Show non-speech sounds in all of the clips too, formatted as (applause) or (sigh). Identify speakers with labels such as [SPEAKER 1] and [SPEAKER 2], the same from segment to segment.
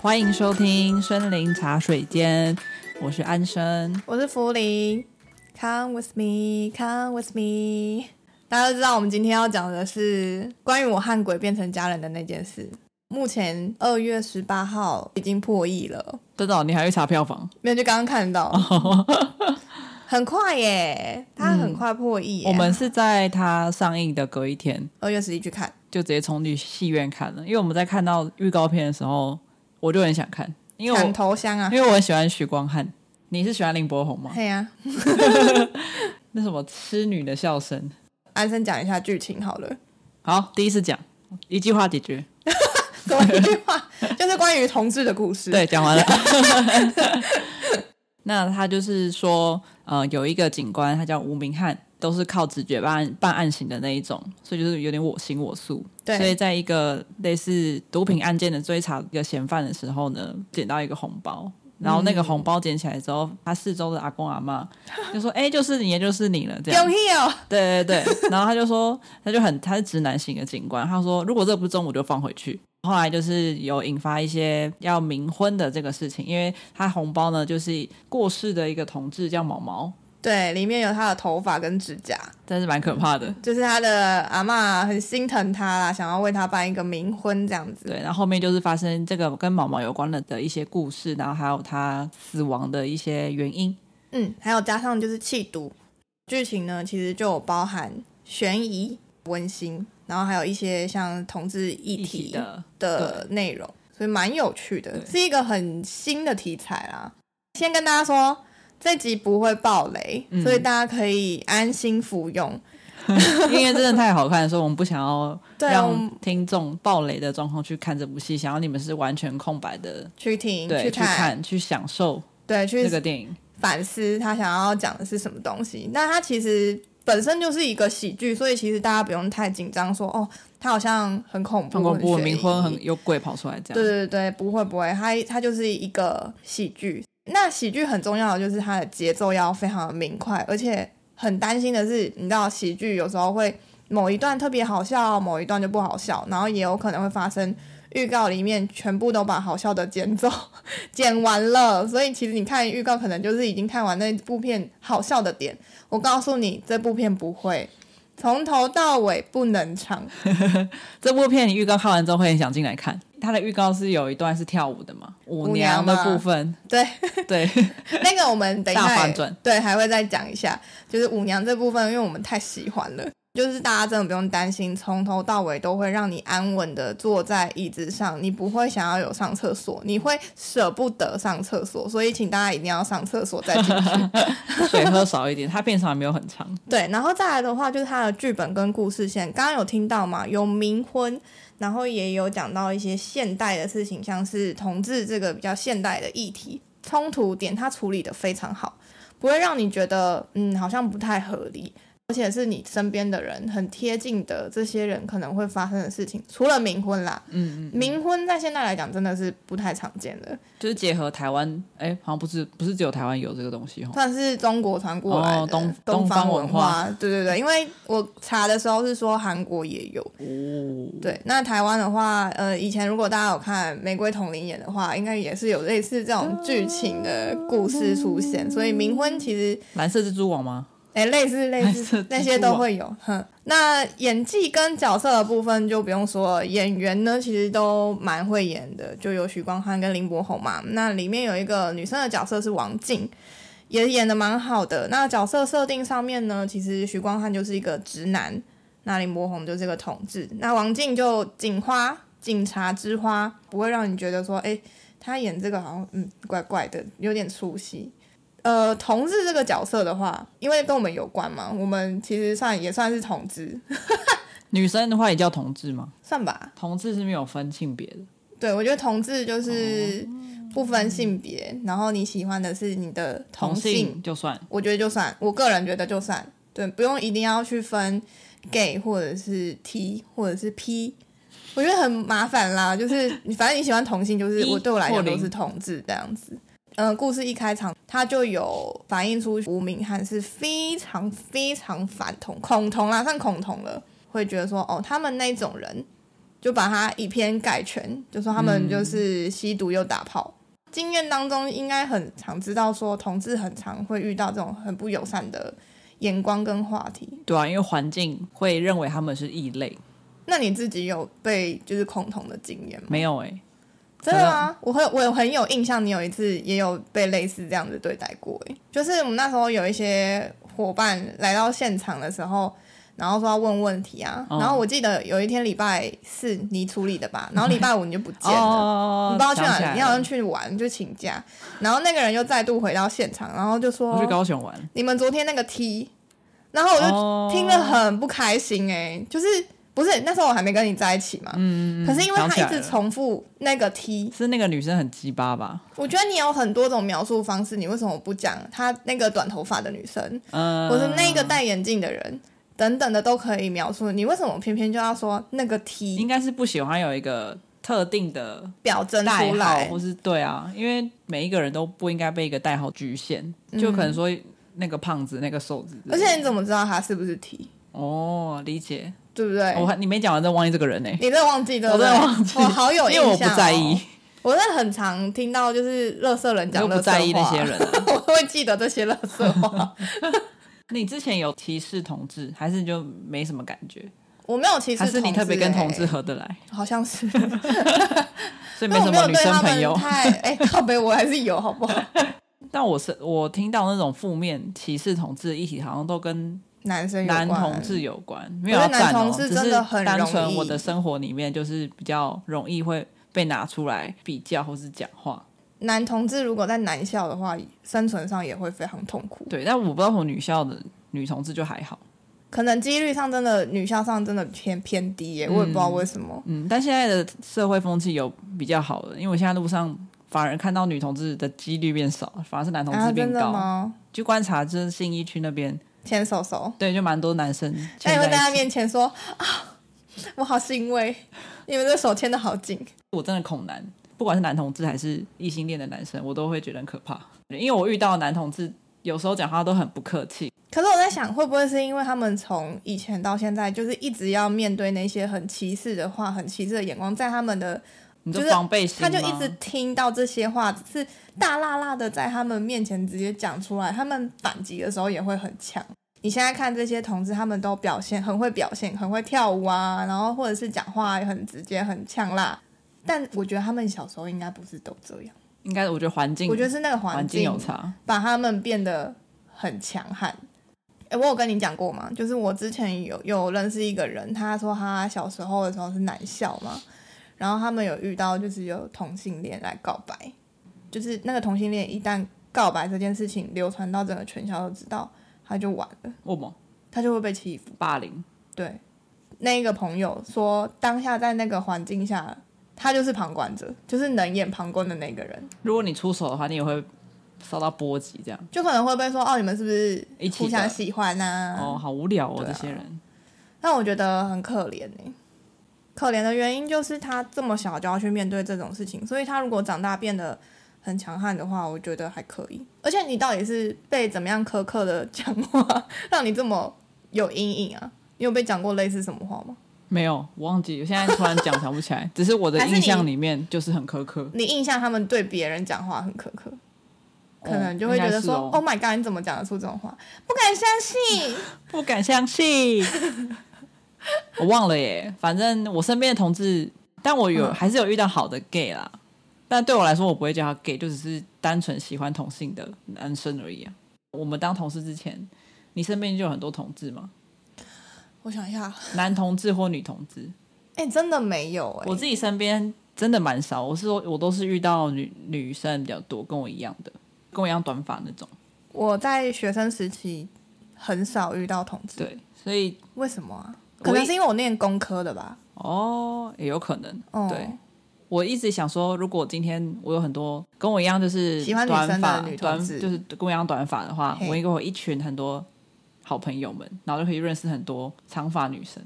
[SPEAKER 1] 欢迎收听森林茶水间，我是安生。
[SPEAKER 2] 我是福林，Come with me, Come with me。大家都知道，我们今天要讲的是关于我和鬼变成家人的那件事。目前二月十八号已经破亿了，
[SPEAKER 1] 真的哦、你还会查票房？
[SPEAKER 2] 没有就刚刚看到，
[SPEAKER 1] 哦
[SPEAKER 2] 很快耶，它很快破亿耶、
[SPEAKER 1] 嗯我们是在它上映的隔一天
[SPEAKER 2] 二月十一去看，
[SPEAKER 1] 就直接冲去戏院看了，因为我们在看到预告片的时候，我就很想看，因为我
[SPEAKER 2] 砍头香啊，
[SPEAKER 1] 因为我很喜欢许光汉。你是喜欢林柏宏
[SPEAKER 2] (laughs)
[SPEAKER 1] 吗？
[SPEAKER 2] 嘿呀、
[SPEAKER 1] 那什么痴女的笑声。
[SPEAKER 2] 安生讲一下剧情好了。 (laughs)
[SPEAKER 1] 好，第一次讲，一句话解决。
[SPEAKER 2] 什么一句话？就是关于同志的故事。
[SPEAKER 1] 对，，讲完了。
[SPEAKER 2] (laughs)
[SPEAKER 1] (laughs) 那他就是说，呃，有一个警官，他叫吴明翰，都是靠直觉办案办案型的那一种，所以就是有点我行我素。
[SPEAKER 2] 对
[SPEAKER 1] 所以在一个类似毒品案件的追查一个嫌犯的时候呢，捡到一个红包。然后那
[SPEAKER 2] 嗯
[SPEAKER 1] 个红包捡起来之后，他四周的阿公阿妈就说：“哎、就是你，就是你了。”这样
[SPEAKER 2] 用 h e
[SPEAKER 1] 对对对， (laughs) 然后他就说，他就很他是直男型的警官，他说如果这不中我就放回去。后来就是有引发一些要冥婚的这个事情，因为他红包呢就是过世的一个同志叫毛毛，
[SPEAKER 2] 对，里面有他的头发跟指甲。
[SPEAKER 1] 真是蛮可怕的。
[SPEAKER 2] 就是他的阿嬷很心疼他啦，想要为他办一个冥婚这样子。
[SPEAKER 1] 对，然后后面就是发生这个跟毛毛有关的的一些故事，然后还有他死亡的一些原因。
[SPEAKER 2] 嗯，还有加上就是弃毒，剧情呢其实就有包含悬疑、温馨，然后还有一些像同志议
[SPEAKER 1] 一体
[SPEAKER 2] 题
[SPEAKER 1] 的
[SPEAKER 2] 的内容，所以蛮有趣的，
[SPEAKER 1] 对
[SPEAKER 2] 是一个很新的题材啦。先跟大家说，这集不会爆雷，
[SPEAKER 1] 嗯
[SPEAKER 2] 所以大家可以安心服用。
[SPEAKER 1] 因为真的太好看，所以我们不想 (laughs) 要
[SPEAKER 2] 对啊，我
[SPEAKER 1] 让
[SPEAKER 2] 们
[SPEAKER 1] 听众暴雷的状况去看这部戏，想要你们是完全空白的，
[SPEAKER 2] 去听、
[SPEAKER 1] 对，去
[SPEAKER 2] 看，
[SPEAKER 1] 看去享受
[SPEAKER 2] 对，去
[SPEAKER 1] 这个电影。
[SPEAKER 2] 反思他想要讲的是什么东西。那他其实本身就是一个喜剧，所以其实大家不用太紧张，说哦，他好像很恐怖，
[SPEAKER 1] 放过不
[SPEAKER 2] 很悬
[SPEAKER 1] 冥
[SPEAKER 2] 疑
[SPEAKER 1] 婚很有鬼跑出来这
[SPEAKER 2] 对
[SPEAKER 1] 样。
[SPEAKER 2] 对对，不会不会，他他就是一个喜剧。那喜剧很重要的就是它的节奏要非常的明快，而且很担心的是，你知道喜剧有时候会某一段特别好笑，某一段就不好笑，然后也有可能会发生预告里面全部都把好笑的剪 (laughs) 走，剪完了，所以其实你看预告可能就是已经看完那部片好笑的点。我告诉你，这部片不会从头到尾不能唱，
[SPEAKER 1] 这部片你预告看完之后会很想进来看。它的预告是有一段是跳舞的嘛，舞
[SPEAKER 2] 舞
[SPEAKER 1] 娘
[SPEAKER 2] 娘
[SPEAKER 1] 的
[SPEAKER 2] 嘛
[SPEAKER 1] 部分，
[SPEAKER 2] 对。 (laughs)
[SPEAKER 1] 对，
[SPEAKER 2] 那个我们等一
[SPEAKER 1] 大
[SPEAKER 2] 下
[SPEAKER 1] 反
[SPEAKER 2] 也
[SPEAKER 1] 转
[SPEAKER 2] 对，还会再讲一下，就是舞娘这部分，因为我们太喜欢了，就是大家真的不用担心，从头到尾都会让你安稳的坐在椅子上，你不会想要有上厕所，你会舍不得上厕所，所以请大家一定要上厕所再进去。
[SPEAKER 1] 水喝少一点，它片长也没有很长，
[SPEAKER 2] 对，然后再来的话就是它的剧本跟故事线，刚刚有听到嘛，有冥婚，然后也有讲到一些现代的事情，像是同志这个比较现代的议题冲突点，它处理的非常好，不会让你觉得嗯好像不太合理，而且是你身边的人很贴近的这些人可能会发生的事情，除了冥婚啦，
[SPEAKER 1] 嗯嗯，
[SPEAKER 2] 冥婚在现在来讲真的是不太常见的，
[SPEAKER 1] 就是结合台湾，哎，好像不是不是只有台湾有这个东西哦，
[SPEAKER 2] 算是中国传过来的、
[SPEAKER 1] 哦东
[SPEAKER 2] 东
[SPEAKER 1] 东方
[SPEAKER 2] 方
[SPEAKER 1] 文
[SPEAKER 2] 文
[SPEAKER 1] 化
[SPEAKER 2] 化，对对对，因为我查的时候是说韩国也有。
[SPEAKER 1] 哦，
[SPEAKER 2] 对，那台湾的话，呃，以前如果大家有看《玫瑰同林演》的话，应该也是有类似这种剧情的故事出现，所以冥婚其实，
[SPEAKER 1] 蓝色蜘蛛网吗？
[SPEAKER 2] 哎、类似类
[SPEAKER 1] 蓝色蜘
[SPEAKER 2] 似
[SPEAKER 1] 蛛
[SPEAKER 2] 那些都会有。哼，那演技跟角色的部分就不用说了，演员呢其实都蛮会演的，就有许光汉跟林柏宏嘛。那里面有一个女生的角色是王静。也演的蛮好的。那角色设定上面呢，其实许光汉就是一个直男，那林柏宏就是个同志，那王静就警花、警察之花，不会让你觉得说，哎、他演这个好像嗯怪怪的，有点出戏。呃，同志这个角色的话，因为跟我们有关嘛，我们其实算也算是同志，
[SPEAKER 1] 女生的话也叫同志吗？
[SPEAKER 2] 算吧。
[SPEAKER 1] 同志是没有分性别的，
[SPEAKER 2] 对，我觉得同志就是不分性别，然后你喜欢的是你的同性，
[SPEAKER 1] 性就算，
[SPEAKER 2] 我觉得就算，我个人觉得就算，对，不用一定要去分 gay 或者是 T 或者是 P，我觉得很麻烦啦。就是你反正你喜欢同性，就是
[SPEAKER 1] 一
[SPEAKER 2] 我对我来
[SPEAKER 1] 或
[SPEAKER 2] 讲
[SPEAKER 1] 零
[SPEAKER 2] 都是同志这样子。嗯、故事一开场，他就有反映出吴明翰是非常非常反同恐同啦，算恐同了，会觉得说哦，他们那种人就把它以偏概全，就说他们
[SPEAKER 1] 嗯
[SPEAKER 2] 就是吸毒又打炮。经验当中应该很常知道，说同志很常会遇到这种很不友善的眼光跟话题。
[SPEAKER 1] 对啊，因为环境会认为他们是异类。
[SPEAKER 2] 那你自己有被就是恐同的经验吗？
[SPEAKER 1] 没有哎、
[SPEAKER 2] 真的吗？我会，我有很有印象，你有一次也有被类似这样子对待过、欸。就是我们那时候有一些伙伴来到现场的时候，然后说要问问题啊，
[SPEAKER 1] 嗯
[SPEAKER 2] 然后我记得有一天礼拜四你处理的吧，然后礼拜五你就不见了。
[SPEAKER 1] 哦，
[SPEAKER 2] 你不知道去哪
[SPEAKER 1] 想起来
[SPEAKER 2] 里，
[SPEAKER 1] 了
[SPEAKER 2] 你好像去玩就请假，然后那个人又再度回到现场，然后就
[SPEAKER 1] 我去
[SPEAKER 2] 说
[SPEAKER 1] 高雄玩，
[SPEAKER 2] 你们昨天那个 T，然后我就
[SPEAKER 1] 哦
[SPEAKER 2] 听得很不开心哎、就是不是那时候我还没跟你在一起嘛，
[SPEAKER 1] 嗯，
[SPEAKER 2] 可是因为
[SPEAKER 1] 想
[SPEAKER 2] 他
[SPEAKER 1] 起
[SPEAKER 2] 一
[SPEAKER 1] 来
[SPEAKER 2] 直
[SPEAKER 1] 了
[SPEAKER 2] 重复那个 T，
[SPEAKER 1] 是那个女生很鸡巴吧？
[SPEAKER 2] 我觉得你有很多种描述方式，你为什么不讲她那个短头发的女生，
[SPEAKER 1] 嗯，
[SPEAKER 2] 或是那个戴眼镜的人等等的都可以描述？你为什么偏偏就要说那个
[SPEAKER 1] 应
[SPEAKER 2] T
[SPEAKER 1] 该是不喜欢有一个特定的
[SPEAKER 2] 表征
[SPEAKER 1] 代
[SPEAKER 2] 出
[SPEAKER 1] 号，
[SPEAKER 2] 来？
[SPEAKER 1] 或是对啊，因为每一个人都不应该被一个代号局限，就可能说那个胖子、那个瘦子之类
[SPEAKER 2] 嗯而
[SPEAKER 1] 的，
[SPEAKER 2] 且你怎么知道她是不是 T？
[SPEAKER 1] 哦，理解。
[SPEAKER 2] 对不对？
[SPEAKER 1] 我还你没讲完，真忘记这个人呢、
[SPEAKER 2] 你真的忘记对
[SPEAKER 1] 我
[SPEAKER 2] 不
[SPEAKER 1] 真
[SPEAKER 2] 对？
[SPEAKER 1] 的忘记，
[SPEAKER 2] 我好有印
[SPEAKER 1] 因
[SPEAKER 2] 象、哦
[SPEAKER 1] 为我不在意，，
[SPEAKER 2] 我真的很常听到就是乐色人
[SPEAKER 1] 我
[SPEAKER 2] 讲
[SPEAKER 1] 又
[SPEAKER 2] 乐
[SPEAKER 1] 不
[SPEAKER 2] 色
[SPEAKER 1] 在
[SPEAKER 2] 话，
[SPEAKER 1] 意那些人啊、 (laughs)
[SPEAKER 2] (laughs) 我会记得这些乐色话。
[SPEAKER 1] 你之前有歧视同志，还是就没什么感觉？
[SPEAKER 2] 我没有歧视
[SPEAKER 1] 还
[SPEAKER 2] 同志、
[SPEAKER 1] 是你特别跟同志
[SPEAKER 2] 欸
[SPEAKER 1] 合得来，
[SPEAKER 2] 好
[SPEAKER 1] (laughs)
[SPEAKER 2] 像是。
[SPEAKER 1] 所以没
[SPEAKER 2] 那我
[SPEAKER 1] 什
[SPEAKER 2] 没
[SPEAKER 1] 么
[SPEAKER 2] 有
[SPEAKER 1] 女
[SPEAKER 2] 对
[SPEAKER 1] 生
[SPEAKER 2] 他
[SPEAKER 1] 朋
[SPEAKER 2] 们
[SPEAKER 1] 友？ (laughs)
[SPEAKER 2] 太哎、靠北我还是有好不好？
[SPEAKER 1] 但我是我听到那种负面歧视同志的议题，好像都跟
[SPEAKER 2] 男生有
[SPEAKER 1] 男
[SPEAKER 2] 关
[SPEAKER 1] 同志有关，没有
[SPEAKER 2] 我
[SPEAKER 1] 要
[SPEAKER 2] 觉得
[SPEAKER 1] 赞
[SPEAKER 2] 男
[SPEAKER 1] 哦，
[SPEAKER 2] 同志
[SPEAKER 1] 只
[SPEAKER 2] 真
[SPEAKER 1] 是
[SPEAKER 2] 的很
[SPEAKER 1] 单
[SPEAKER 2] 容
[SPEAKER 1] 纯
[SPEAKER 2] 易
[SPEAKER 1] 我的生活里面就是比较容易会被拿出来比较或是讲话。
[SPEAKER 2] 男同志如果在男校的话，生存上也会非常痛苦，
[SPEAKER 1] 对，但我不知道我女校的女同志就还好，
[SPEAKER 2] 可能几率上真的女校上真的偏偏低耶、我也不知道为什么。
[SPEAKER 1] 嗯，但现在的社会风气有比较好的，因为我现在路上反而看到女同志的几率变少，反而是男同
[SPEAKER 2] 啊，
[SPEAKER 1] 志变
[SPEAKER 2] 真
[SPEAKER 1] 高。
[SPEAKER 2] 的吗？
[SPEAKER 1] 就观察就是信义区那边，
[SPEAKER 2] 牵手手，
[SPEAKER 1] 对，就蛮多男生
[SPEAKER 2] 那
[SPEAKER 1] 牵
[SPEAKER 2] 哎你会在
[SPEAKER 1] 在
[SPEAKER 2] 他
[SPEAKER 1] 一起。
[SPEAKER 2] 面前说啊， (laughs) 我好欣慰，你们的手牵的好紧。
[SPEAKER 1] 我真的恐男，不管是男同志还是异性恋的男生，我都会觉得很可怕，因为我遇到的男同志有时候讲话都很不客气。
[SPEAKER 2] 可是我在想，会不会是因为他们从以前到现在，就是一直要面对那些很歧视的话、很歧视的眼光，在他们的
[SPEAKER 1] 你就
[SPEAKER 2] 就是
[SPEAKER 1] 防备心
[SPEAKER 2] 他
[SPEAKER 1] 吗，
[SPEAKER 2] 就一直听到这些话，只是大辣辣的在他们面前直接讲出来，他们反击的时候也会很强。你现在看这些同志，他们都表现很会表现，很会跳舞啊，然后或者是讲话也很直接、很呛辣。但我觉得他们小时候应该不是都这样，
[SPEAKER 1] 应该我觉得环境，
[SPEAKER 2] 我觉得是那个
[SPEAKER 1] 环
[SPEAKER 2] 环
[SPEAKER 1] 境
[SPEAKER 2] 境
[SPEAKER 1] 有差。
[SPEAKER 2] 把他们变得很强悍。哎，我有跟你讲过吗？就是我之前有有认识一个人，他说他小时候的时候是男校嘛，然后他们有遇到就是有同性恋来告白，就是那个同性恋一旦告白这件事情流传到整个全校都知道，他就完了，
[SPEAKER 1] 我们
[SPEAKER 2] 他就会被欺负。
[SPEAKER 1] 霸凌，
[SPEAKER 2] 对，那一个朋友说，当下在那个环境下，他就是旁观者，就是冷眼旁观的那个人，
[SPEAKER 1] 如果你出手的话，你也会受到波及。这样
[SPEAKER 2] 就可能会被说哦，你们是不是
[SPEAKER 1] 一起的
[SPEAKER 2] 互相喜欢啊呐、
[SPEAKER 1] 哦，好无聊哦，
[SPEAKER 2] 对
[SPEAKER 1] 这
[SPEAKER 2] 啊
[SPEAKER 1] 些人。
[SPEAKER 2] 但我觉得很可怜呢、可怜的原因就是他这么小就要去面对这种事情，所以他如果长大变得很强悍的话，我觉得还可以。而且你到底是被怎么样苛刻的讲话，让你这么有阴影啊？你有被讲过类似什么话吗？
[SPEAKER 1] 没有，我忘记，我现在突然讲想不起
[SPEAKER 2] (laughs)
[SPEAKER 1] 来。只是我的
[SPEAKER 2] 还是
[SPEAKER 1] 印
[SPEAKER 2] 你
[SPEAKER 1] 象里面就是很苛刻，
[SPEAKER 2] 你印象他们对别人讲话很苛刻，可能就会
[SPEAKER 1] 应该
[SPEAKER 2] 觉得说、
[SPEAKER 1] 是哦
[SPEAKER 2] o h my god，你怎么讲得出这种话？不敢相信。
[SPEAKER 1] 不敢相信，
[SPEAKER 2] (laughs)
[SPEAKER 1] 我忘了耶。反正我身边的同志，但我有、
[SPEAKER 2] 嗯
[SPEAKER 1] 还是有遇到好的 gay 啦。但对我来说，我不会叫他 gay，就只是单纯喜欢同性的男生而已啊。我们当同事之前，你身边就有很多同志嘛，
[SPEAKER 2] 我想一下，
[SPEAKER 1] 男同志或女同志。
[SPEAKER 2] 哎、真的没有哎、
[SPEAKER 1] 我自己身边真的蛮少，我是说我都是遇到女女生比较多，跟我一样的，跟我一样短发那种。
[SPEAKER 2] 我在学生时期很少遇到同志，
[SPEAKER 1] 对，所以
[SPEAKER 2] 为什么啊？
[SPEAKER 1] 我
[SPEAKER 2] 可能
[SPEAKER 1] 一
[SPEAKER 2] 是因为我念工科的吧。
[SPEAKER 1] 哦，也有可能。
[SPEAKER 2] 哦
[SPEAKER 1] 对，我一直想说，如果今天我有很多跟我一样就是
[SPEAKER 2] 喜欢女生的
[SPEAKER 1] 短发
[SPEAKER 2] 女
[SPEAKER 1] 短
[SPEAKER 2] 同志
[SPEAKER 1] 就是跟我一样短发的话，
[SPEAKER 2] 嘿
[SPEAKER 1] 我应该有一群很多好朋友们，然后就可以认识很多长发女生。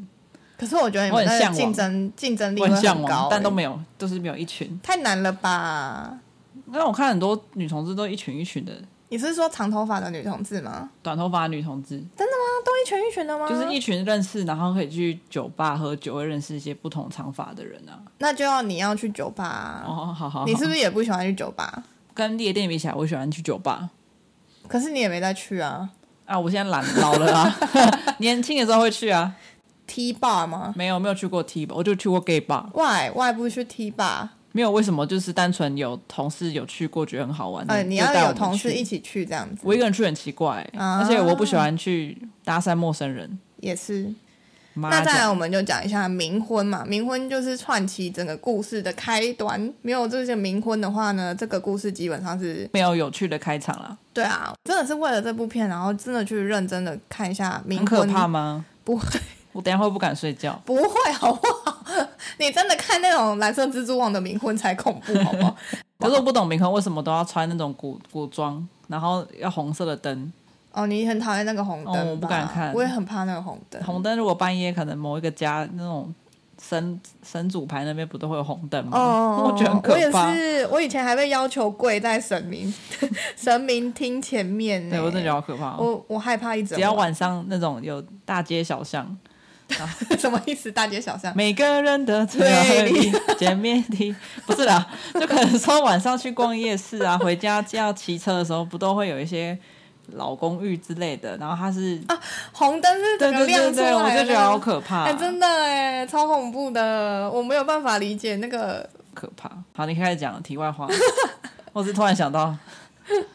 [SPEAKER 2] 可是我觉得你
[SPEAKER 1] 我
[SPEAKER 2] 们
[SPEAKER 1] 很
[SPEAKER 2] 那
[SPEAKER 1] 向
[SPEAKER 2] 个
[SPEAKER 1] 往
[SPEAKER 2] 竞争竞争力
[SPEAKER 1] 我
[SPEAKER 2] 会
[SPEAKER 1] 很向
[SPEAKER 2] 很
[SPEAKER 1] 往
[SPEAKER 2] 高，，
[SPEAKER 1] 但都
[SPEAKER 2] 哎
[SPEAKER 1] 没有，就是没有一群。
[SPEAKER 2] 太难了吧？
[SPEAKER 1] 那我看很多女同志都一群一群的
[SPEAKER 2] 你是说长头发的女同志吗？
[SPEAKER 1] 短头发女同志，真的吗？
[SPEAKER 2] 都一群一群的吗？
[SPEAKER 1] 就是一群认识，然后可以去酒吧喝酒，会认识一些不同长发的人啊。
[SPEAKER 2] 那就要你要去酒吧、啊。
[SPEAKER 1] 哦，好好好，
[SPEAKER 2] 你是不是也不喜欢去酒吧？
[SPEAKER 1] 跟夜店比起来，我喜欢去酒吧
[SPEAKER 2] 可是你也没再去啊。
[SPEAKER 1] 啊。我现在懒老了啊， (laughs) 年轻的时候会去啊，
[SPEAKER 2] T bar 吗
[SPEAKER 1] 没有没有去过 T 吧，我就去过 gay 吧。
[SPEAKER 2] ？Why why 不去 T bar？
[SPEAKER 1] 没有为什么，就是单纯有同事有去过，觉得很好玩。
[SPEAKER 2] 呃，你
[SPEAKER 1] 就
[SPEAKER 2] 要
[SPEAKER 1] 嗯带我
[SPEAKER 2] 有
[SPEAKER 1] 们
[SPEAKER 2] 同事
[SPEAKER 1] 去
[SPEAKER 2] 一起去这样子，
[SPEAKER 1] 我一个人去很奇怪、欸
[SPEAKER 2] 啊
[SPEAKER 1] 而且我不喜欢去搭讪陌生人。
[SPEAKER 2] 也是。
[SPEAKER 1] 妈
[SPEAKER 2] 那再来，
[SPEAKER 1] 讲
[SPEAKER 2] 我们就讲一下冥婚嘛。冥婚就是串起整个故事的开端。没有这些冥婚的话呢，这个故事基本上是
[SPEAKER 1] 没有有趣的开场啦，
[SPEAKER 2] 对啊，真的是为了这部片，然后真的去认真的看一下冥
[SPEAKER 1] 很可
[SPEAKER 2] 婚。
[SPEAKER 1] 怕吗？
[SPEAKER 2] 不会，
[SPEAKER 1] 我等一下会不敢睡觉。
[SPEAKER 2] 不会好不好？你真的看那种蓝色蜘蛛网的冥婚才恐怖好
[SPEAKER 1] (laughs)
[SPEAKER 2] 不好？
[SPEAKER 1] 可是我不懂明恒为什么都要穿那种古古装，然后要红色的灯。
[SPEAKER 2] 哦，你很讨厌那个红灯、
[SPEAKER 1] 哦我不敢看
[SPEAKER 2] 我也很怕那个红灯。
[SPEAKER 1] 红灯如果半夜可能某一个家那种神神主牌那边不都会有红灯吗？ (laughs)
[SPEAKER 2] 哦，
[SPEAKER 1] 我觉得很可
[SPEAKER 2] 我也
[SPEAKER 1] 怕。
[SPEAKER 2] 是，欸我以前还被要求跪在神明 (laughs) 神明厅前面呢。
[SPEAKER 1] 对我真的觉得好可怕。哦
[SPEAKER 2] 我我害怕一整
[SPEAKER 1] 只要晚上那种有大街小巷，
[SPEAKER 2] (laughs) 什么意思？大街小巷
[SPEAKER 1] 每个人的嘴里见面的，不是啦， (laughs) 就可能说晚上去逛夜市啊，回家要骑车的时候，不都会有一些老公寓之类的，然后它是，
[SPEAKER 2] 红灯是
[SPEAKER 1] 对
[SPEAKER 2] 啊整
[SPEAKER 1] 对
[SPEAKER 2] 个
[SPEAKER 1] 对
[SPEAKER 2] 亮出来
[SPEAKER 1] 对，
[SPEAKER 2] 的
[SPEAKER 1] 我就觉得好可怕，啊
[SPEAKER 2] 哎、真的哎，超恐怖的，我没有办法理解那个。
[SPEAKER 1] 可怕。好，你开始讲题外话，
[SPEAKER 2] (laughs)
[SPEAKER 1] 我是突然想到，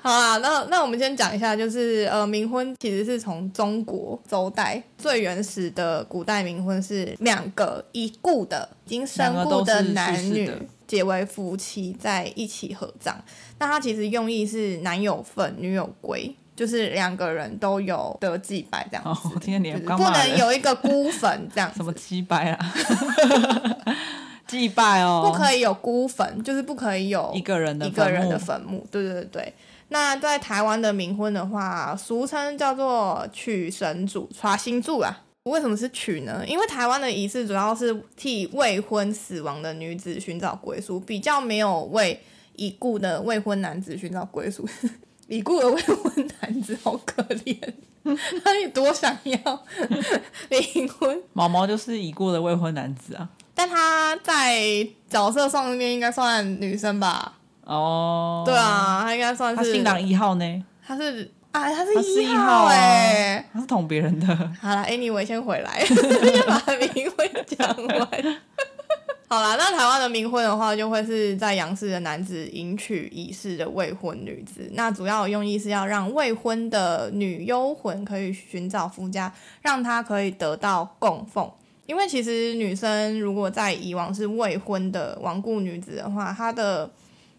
[SPEAKER 2] 好啦，那那我们先讲一下，就是呃，冥婚其实是从中国周代最原始的古代冥婚是两个已故的已经身故
[SPEAKER 1] 两个都是
[SPEAKER 2] 男
[SPEAKER 1] 逝世
[SPEAKER 2] 女
[SPEAKER 1] 的
[SPEAKER 2] 结为夫妻，在一起合葬。那它其实用意是男有份，女有归。就是两个人都有得祭拜这样
[SPEAKER 1] 哦
[SPEAKER 2] 子，，
[SPEAKER 1] 我听见
[SPEAKER 2] 就是
[SPEAKER 1] 你刚
[SPEAKER 2] 不
[SPEAKER 1] 骂
[SPEAKER 2] 能
[SPEAKER 1] 人，
[SPEAKER 2] 有一个孤坟这样子
[SPEAKER 1] (laughs) 什么祭拜
[SPEAKER 2] (laughs)
[SPEAKER 1] 啊，祭拜哦，
[SPEAKER 2] 不可以有孤坟，就是不可以有
[SPEAKER 1] 一个人的
[SPEAKER 2] 一个人的
[SPEAKER 1] 坟墓
[SPEAKER 2] 坟墓。对对对对。那在台湾的冥婚的话，俗称叫做娶神主、抓星柱啊。为什么是娶呢？因为台湾的仪式主要是替未婚死亡的女子寻找归宿，比较没有为已故的未婚男子寻找归宿。 (laughs) 已故的未婚男子好可怜， (laughs) 他有多想要 (laughs) 冥婚？
[SPEAKER 1] 毛毛就是已故的未婚男子啊，
[SPEAKER 2] 但她在角色上面应该算女生吧？
[SPEAKER 1] 哦，
[SPEAKER 2] 对，啊，她应该算
[SPEAKER 1] 他
[SPEAKER 2] 是
[SPEAKER 1] 新郎一号呢，
[SPEAKER 2] 她是啊，她
[SPEAKER 1] 他
[SPEAKER 2] 是
[SPEAKER 1] 是
[SPEAKER 2] 一
[SPEAKER 1] 号
[SPEAKER 2] 号
[SPEAKER 1] 啊
[SPEAKER 2] 哎、
[SPEAKER 1] 他是捅别人的。
[SPEAKER 2] 好啦 a n y w a y 先回来， (laughs) 先把冥婚讲完。好啦，那台湾的冥婚的话，就会是在杨氏的男子迎娶已逝的未婚女子。那主要的用意是要让未婚的女幽魂可以寻找夫家，让她可以得到供奉。因为其实女生如果在以往是未婚的亡故女子的话，她的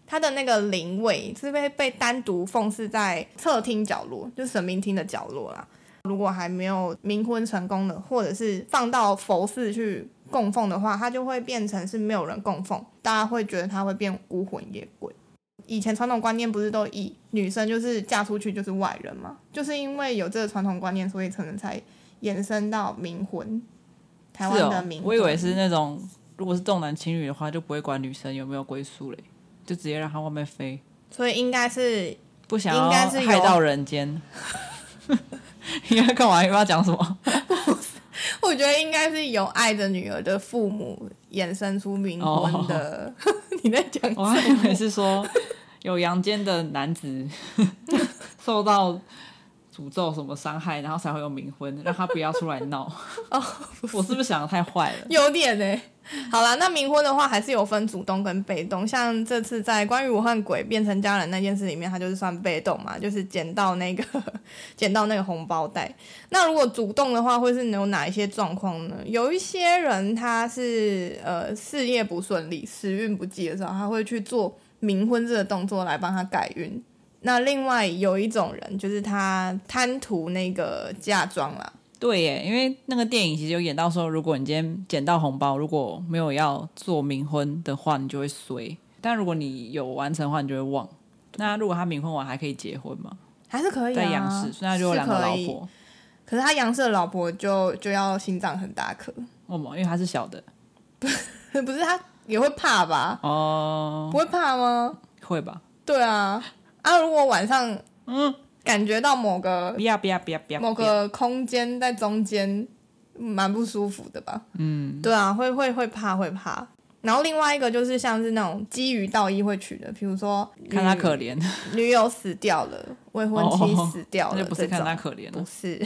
[SPEAKER 2] 她的那个灵位是被被单独奉祀在侧厅角落，就是神明厅的角落啦。如果还没有冥婚成功的，或者是放到佛寺去供奉的话，它就会变成是没有人供奉，大家会觉得它会变孤魂野鬼。以前传统观念不是都以女生就是嫁出去就是外人嘛，就是因为有这个传统观念，所以可能才延伸到冥婚。台
[SPEAKER 1] (laughs)
[SPEAKER 2] 湾
[SPEAKER 1] 是
[SPEAKER 2] 的
[SPEAKER 1] 哦
[SPEAKER 2] 冥婚、，
[SPEAKER 1] 我以为是那种如果是重男轻女的话，就不会管女生有没有归宿嘞，就直接让她外面飞，
[SPEAKER 2] 所以应该是
[SPEAKER 1] 不想要
[SPEAKER 2] 应该是有
[SPEAKER 1] 害到人间。 (laughs) 你要干嘛？你不要讲什么？
[SPEAKER 2] 我觉得应该是有爱着女儿的父母衍生出冥婚的。 (laughs) 你在讲
[SPEAKER 1] 我还以为是说有阳间的男子 (laughs) 受到诅咒什么伤害，然后才会有冥婚，让他不要出来 (laughs) 闹。我哦是不是想的太坏
[SPEAKER 2] (laughs)
[SPEAKER 1] 了？
[SPEAKER 2] 有点呢、欸好啦，那冥婚的话还是有分主动跟被动，像这次在关于我和鬼变成家人那件事里面，它就是算被动嘛，就是捡到那个 (laughs) 捡到那个红包袋。那如果主动的话，会是有哪一些状况呢？有一些人他是呃事业不顺利、时运不济的时候，他会去做冥婚这个动作来帮他改运。那另外有一种人，就是他贪图那个嫁妆啦，
[SPEAKER 1] 对耶，因为那个电影其实有演到说，如果你今天捡到红包，如果没有要做冥婚的话，你就会衰；但如果你有完成的话，你就会忘。那如果他冥婚完还可以结婚嘛？
[SPEAKER 2] 还是可以、啊、
[SPEAKER 1] 在杨氏，所以他就有两个老
[SPEAKER 2] 是可以
[SPEAKER 1] 婆。
[SPEAKER 2] 可是他杨氏的老婆就就要心脏很大颗， (laughs)
[SPEAKER 1] 为什哦么？因为他是小的
[SPEAKER 2] 不是他也会怕吧？
[SPEAKER 1] 哦，
[SPEAKER 2] 不会怕吗？
[SPEAKER 1] 会吧？
[SPEAKER 2] 对啊，啊，如果晚上
[SPEAKER 1] 嗯，
[SPEAKER 2] 感觉到某个
[SPEAKER 1] 不要不要不要不要，
[SPEAKER 2] 某
[SPEAKER 1] 不要
[SPEAKER 2] 个空间在中间，蛮不舒服的吧？
[SPEAKER 1] 嗯，
[SPEAKER 2] 对啊，会会会怕会怕。然后另外一个就是像是那种基于道义会取的，比如说
[SPEAKER 1] 看他
[SPEAKER 2] 女
[SPEAKER 1] 可怜，
[SPEAKER 2] 女友死掉了，未婚妻死掉
[SPEAKER 1] (laughs) 那
[SPEAKER 2] 了，
[SPEAKER 1] 就不是看他
[SPEAKER 2] 这种
[SPEAKER 1] 可怜
[SPEAKER 2] 不
[SPEAKER 1] 了。
[SPEAKER 2] 是，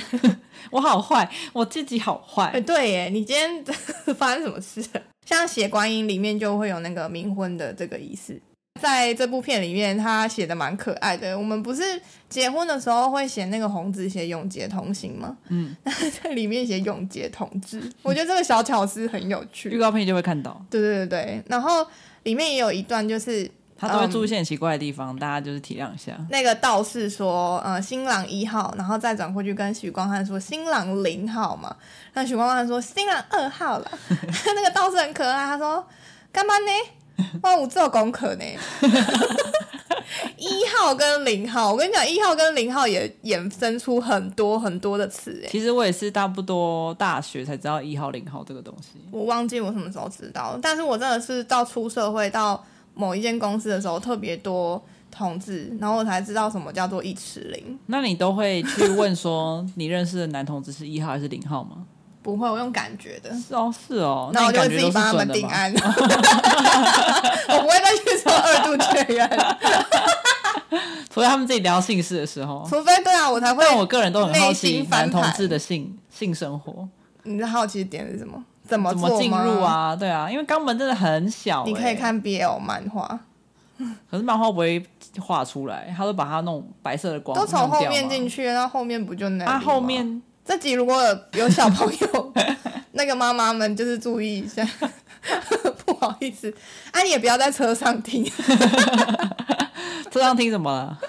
[SPEAKER 1] 我好坏，我自己好
[SPEAKER 2] 哎、
[SPEAKER 1] 坏。
[SPEAKER 2] 对耶，你今天 (laughs) 发生什么事了？像《血观音》里面就会有那个冥婚的这个仪式，在这部片里面，他写的蛮可爱的。我们不是结婚的时候会写那个红字写“永结同心”吗？ (laughs)
[SPEAKER 1] 嗯，
[SPEAKER 2] 在里面写“永结同志”，我觉得这个小巧思很有趣。
[SPEAKER 1] 预告片就会看到，
[SPEAKER 2] 对对对对，然后里面也有一段就是
[SPEAKER 1] 他都会
[SPEAKER 2] 嗯
[SPEAKER 1] 住一些很奇怪的地方，大家就是体谅一下。
[SPEAKER 2] 那个道士说，呃，新郎一号，然后再转过去跟许光汉说新郎零号嘛，那许光汉说新郎二号了， (laughs) 那个道士很可爱，他说干嘛呢？万五做功课呢？ (laughs) 一号跟零号，我跟你讲，一号跟零号也衍生出很多很多的词哎，
[SPEAKER 1] 其实我也是差不多大学才知道一号零号这个东西。
[SPEAKER 2] 我忘记我什么时候知道，但是我真的是到出社会到某一间公司的时候，特别多同志，然后我才知道什么叫做一尺零。
[SPEAKER 1] 那你都会去问说你认识的男同志是一号还是零号吗？ (laughs)
[SPEAKER 2] 不会，我用感觉的。
[SPEAKER 1] 是哦，是哦。
[SPEAKER 2] 然后
[SPEAKER 1] 那
[SPEAKER 2] 我
[SPEAKER 1] 你
[SPEAKER 2] 就
[SPEAKER 1] 感
[SPEAKER 2] 会自
[SPEAKER 1] 觉
[SPEAKER 2] 己
[SPEAKER 1] 都
[SPEAKER 2] 帮
[SPEAKER 1] 是
[SPEAKER 2] 他
[SPEAKER 1] 准
[SPEAKER 2] 们
[SPEAKER 1] 的
[SPEAKER 2] 定
[SPEAKER 1] 吗？ (laughs)
[SPEAKER 2] 案， (laughs) 我不会再去做二度
[SPEAKER 1] (laughs)
[SPEAKER 2] 确认，
[SPEAKER 1] 除非他们自己聊性事的时候。
[SPEAKER 2] (laughs) 除非对啊，我才会。
[SPEAKER 1] 但我个人都很好
[SPEAKER 2] 内
[SPEAKER 1] 奇
[SPEAKER 2] 心翻
[SPEAKER 1] 男
[SPEAKER 2] 盘
[SPEAKER 1] 同志的性性生活
[SPEAKER 2] 你的好奇点是什么？怎么
[SPEAKER 1] 怎
[SPEAKER 2] 做吗
[SPEAKER 1] 么进入？啊？对啊，因为肛门真的很小、
[SPEAKER 2] 你可
[SPEAKER 1] 欸，
[SPEAKER 2] 以看 BL 漫画，
[SPEAKER 1] 可是漫画不会画出来，他都把它弄白色的光
[SPEAKER 2] 都从后面进
[SPEAKER 1] 去。
[SPEAKER 2] 去，那后面不就那里吗？
[SPEAKER 1] 啊，后面
[SPEAKER 2] 这集如果有小朋
[SPEAKER 1] (laughs)
[SPEAKER 2] 友，那个妈妈们就是注意一下， (laughs) 不好意思，啊，你也不要在车上听，
[SPEAKER 1] 车上听什么 (laughs) 了？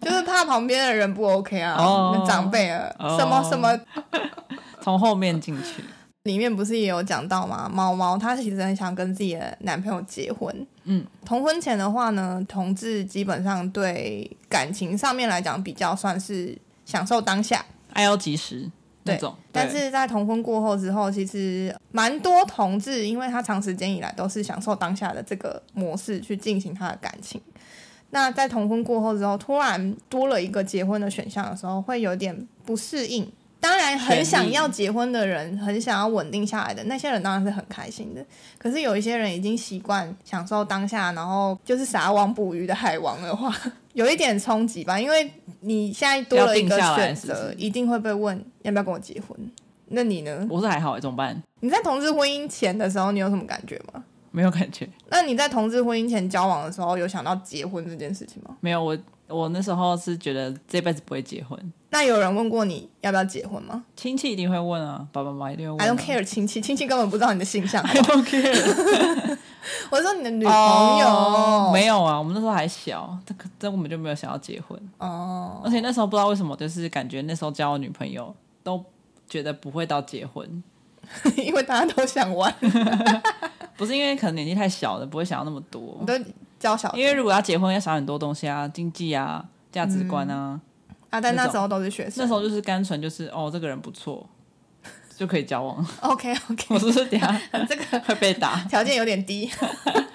[SPEAKER 2] 就是怕旁边的人不 OK 啊，
[SPEAKER 1] 哦
[SPEAKER 2] 长辈啊，
[SPEAKER 1] 哦
[SPEAKER 2] 什么什么
[SPEAKER 1] 从后面进去，
[SPEAKER 2] 里面不是也有讲到吗？猫猫它其实很想跟自己的男朋友结婚。
[SPEAKER 1] 嗯，
[SPEAKER 2] 同婚前的话呢，同志基本上对感情上面来讲比较算是享受当下，
[SPEAKER 1] 爱要及时那种。
[SPEAKER 2] 但
[SPEAKER 1] 对
[SPEAKER 2] 是在同婚过后之后，其实蛮多同志，因为他长时间以来都是享受当下的这个模式去进行他的感情。那在同婚过后之后，突然多了一个结婚的选项的时候，会有点不适应。当然，很想要结婚的人，很想要稳定下来的那些人，当然是很开心的。可是有一些人已经习惯享受当下，然后就是撒网捕鱼的海王的话，有一点冲击吧。因为你现在多了一个
[SPEAKER 1] 要定下来
[SPEAKER 2] 选择，
[SPEAKER 1] 是不是
[SPEAKER 2] 一定会被问要不要跟我结婚。那你呢？
[SPEAKER 1] 我是还好、欸，怎么办？
[SPEAKER 2] 你在同志婚姻前的时候，你有什么感觉吗？
[SPEAKER 1] 没有感觉，
[SPEAKER 2] 那你在同志婚姻前交往的时候，有想到结婚这件事情吗？
[SPEAKER 1] 没有我。我那时候是觉得这辈子不会结婚，
[SPEAKER 2] 那有人问过你要不要结婚吗、
[SPEAKER 1] 亲戚一定会问啊，爸爸妈妈一定会问、啊。
[SPEAKER 2] i don't care 亲戚，亲戚根本不知道你的性
[SPEAKER 1] (laughs)
[SPEAKER 2] 向。
[SPEAKER 1] I don't care
[SPEAKER 2] 我是说你的 (laughs) 女朋友，
[SPEAKER 1] 哦没有啊，我们那时候还小，这个这我们就没有想要结婚，
[SPEAKER 2] 哦， (laughs)
[SPEAKER 1] 而且那时候不知道为什么，就是感觉那时候交我女朋友都觉得不会到结婚，
[SPEAKER 2] 因为大家都想玩，
[SPEAKER 1] 不是因为可能年纪太小了，不会想要那么多
[SPEAKER 2] 你，都教小的，
[SPEAKER 1] 因为如果要结婚要想很多东西啊，经济啊，价值观啊，
[SPEAKER 2] 啊，但那
[SPEAKER 1] 那种
[SPEAKER 2] 时候都是学生
[SPEAKER 1] 那时候就是单纯就是哦，这个人不错，就可以交往。 (laughs)
[SPEAKER 2] ，OK
[SPEAKER 1] 我
[SPEAKER 2] OK，
[SPEAKER 1] 是不是等一下
[SPEAKER 2] (laughs) 这个
[SPEAKER 1] (laughs) 会被打？
[SPEAKER 2] 条件有点低。 (laughs)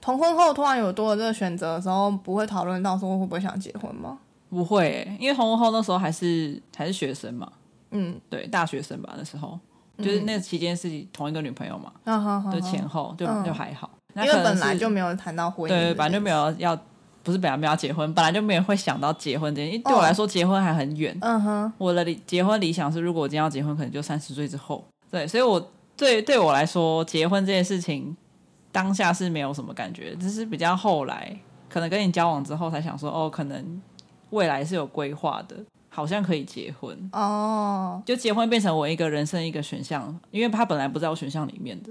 [SPEAKER 2] 同婚后突然有多了这个选择的时候，不会讨论到说会不会想结婚吗？
[SPEAKER 1] 不会欸、因为红红后那时候还是还是学生嘛，
[SPEAKER 2] 嗯，
[SPEAKER 1] 对，大学生吧，那时候就是那期间是同一个女朋友嘛，
[SPEAKER 2] 那好好，
[SPEAKER 1] 就
[SPEAKER 2] 好
[SPEAKER 1] 前后就、
[SPEAKER 2] 嗯嗯
[SPEAKER 1] 就还好，那
[SPEAKER 2] 因
[SPEAKER 1] 可
[SPEAKER 2] 为
[SPEAKER 1] 能
[SPEAKER 2] 本来
[SPEAKER 1] 是
[SPEAKER 2] 就没有谈到婚姻，
[SPEAKER 1] 对，本来就没。有要，不是本来没有要结婚，本来就没有会想到结婚这件，因为对我
[SPEAKER 2] 哦
[SPEAKER 1] 来说结婚还很远。
[SPEAKER 2] 嗯哼，
[SPEAKER 1] 我的理结婚理想是，如果我今天要结婚，可能就三十岁之后。对，所以我对对我来说，结婚这件事情当下是没有什么感觉，只是比较后来，可能跟你交往之后才想说，哦，可能未来是有规划的，好像可以结婚。
[SPEAKER 2] 哦，
[SPEAKER 1] 就结婚变成我一个人生一个选项，因为它本来不在我选项里面的，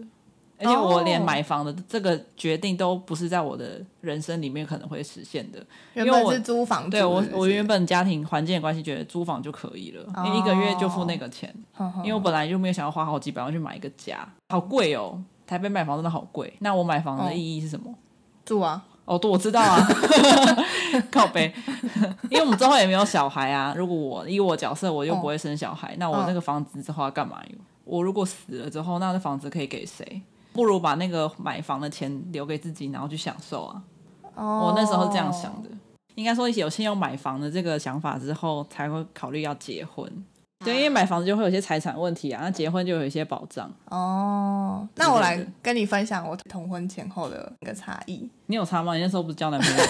[SPEAKER 1] 而且
[SPEAKER 2] 哦
[SPEAKER 1] 我连买房的这个决定都不是在我的人生里面可能会实现的。
[SPEAKER 2] 原
[SPEAKER 1] 因为
[SPEAKER 2] 本
[SPEAKER 1] 我
[SPEAKER 2] 是租房住
[SPEAKER 1] 对我
[SPEAKER 2] 是，不
[SPEAKER 1] 我
[SPEAKER 2] 是
[SPEAKER 1] 原本家庭环境的关系，觉得租房就可以了，因为一个月就付那个钱，
[SPEAKER 2] 哼哼
[SPEAKER 1] 因为我本来就没有想要花好几百万去买一个家，好贵哦，台北买房真的好贵。那我买
[SPEAKER 2] 哦
[SPEAKER 1] 房的意义是什么？
[SPEAKER 2] 住啊，
[SPEAKER 1] 哦，对，我知道啊， (laughs) 靠背， (laughs) 因为我们之后也没有小孩啊。如果我以我角色，我又
[SPEAKER 2] 哦
[SPEAKER 1] 不会生小孩，那
[SPEAKER 2] 嗯
[SPEAKER 1] 我那个房子之后要干嘛用？我如果死了之后，那这房子可以给谁？不如把那个买房的钱留给自己，然后去享受啊！
[SPEAKER 2] 哦，
[SPEAKER 1] 我那时候是这样想的。应该说有先有买房的这个想法之后，才会考虑要结婚。对，
[SPEAKER 2] 啊
[SPEAKER 1] 因为买房子就会有些财产问题啊，那结婚就有一些保障。
[SPEAKER 2] 哦，那我来跟你分享我同婚前后的一个差异。
[SPEAKER 1] 你有差吗？你那时候不是交男朋
[SPEAKER 2] (laughs)
[SPEAKER 1] 友？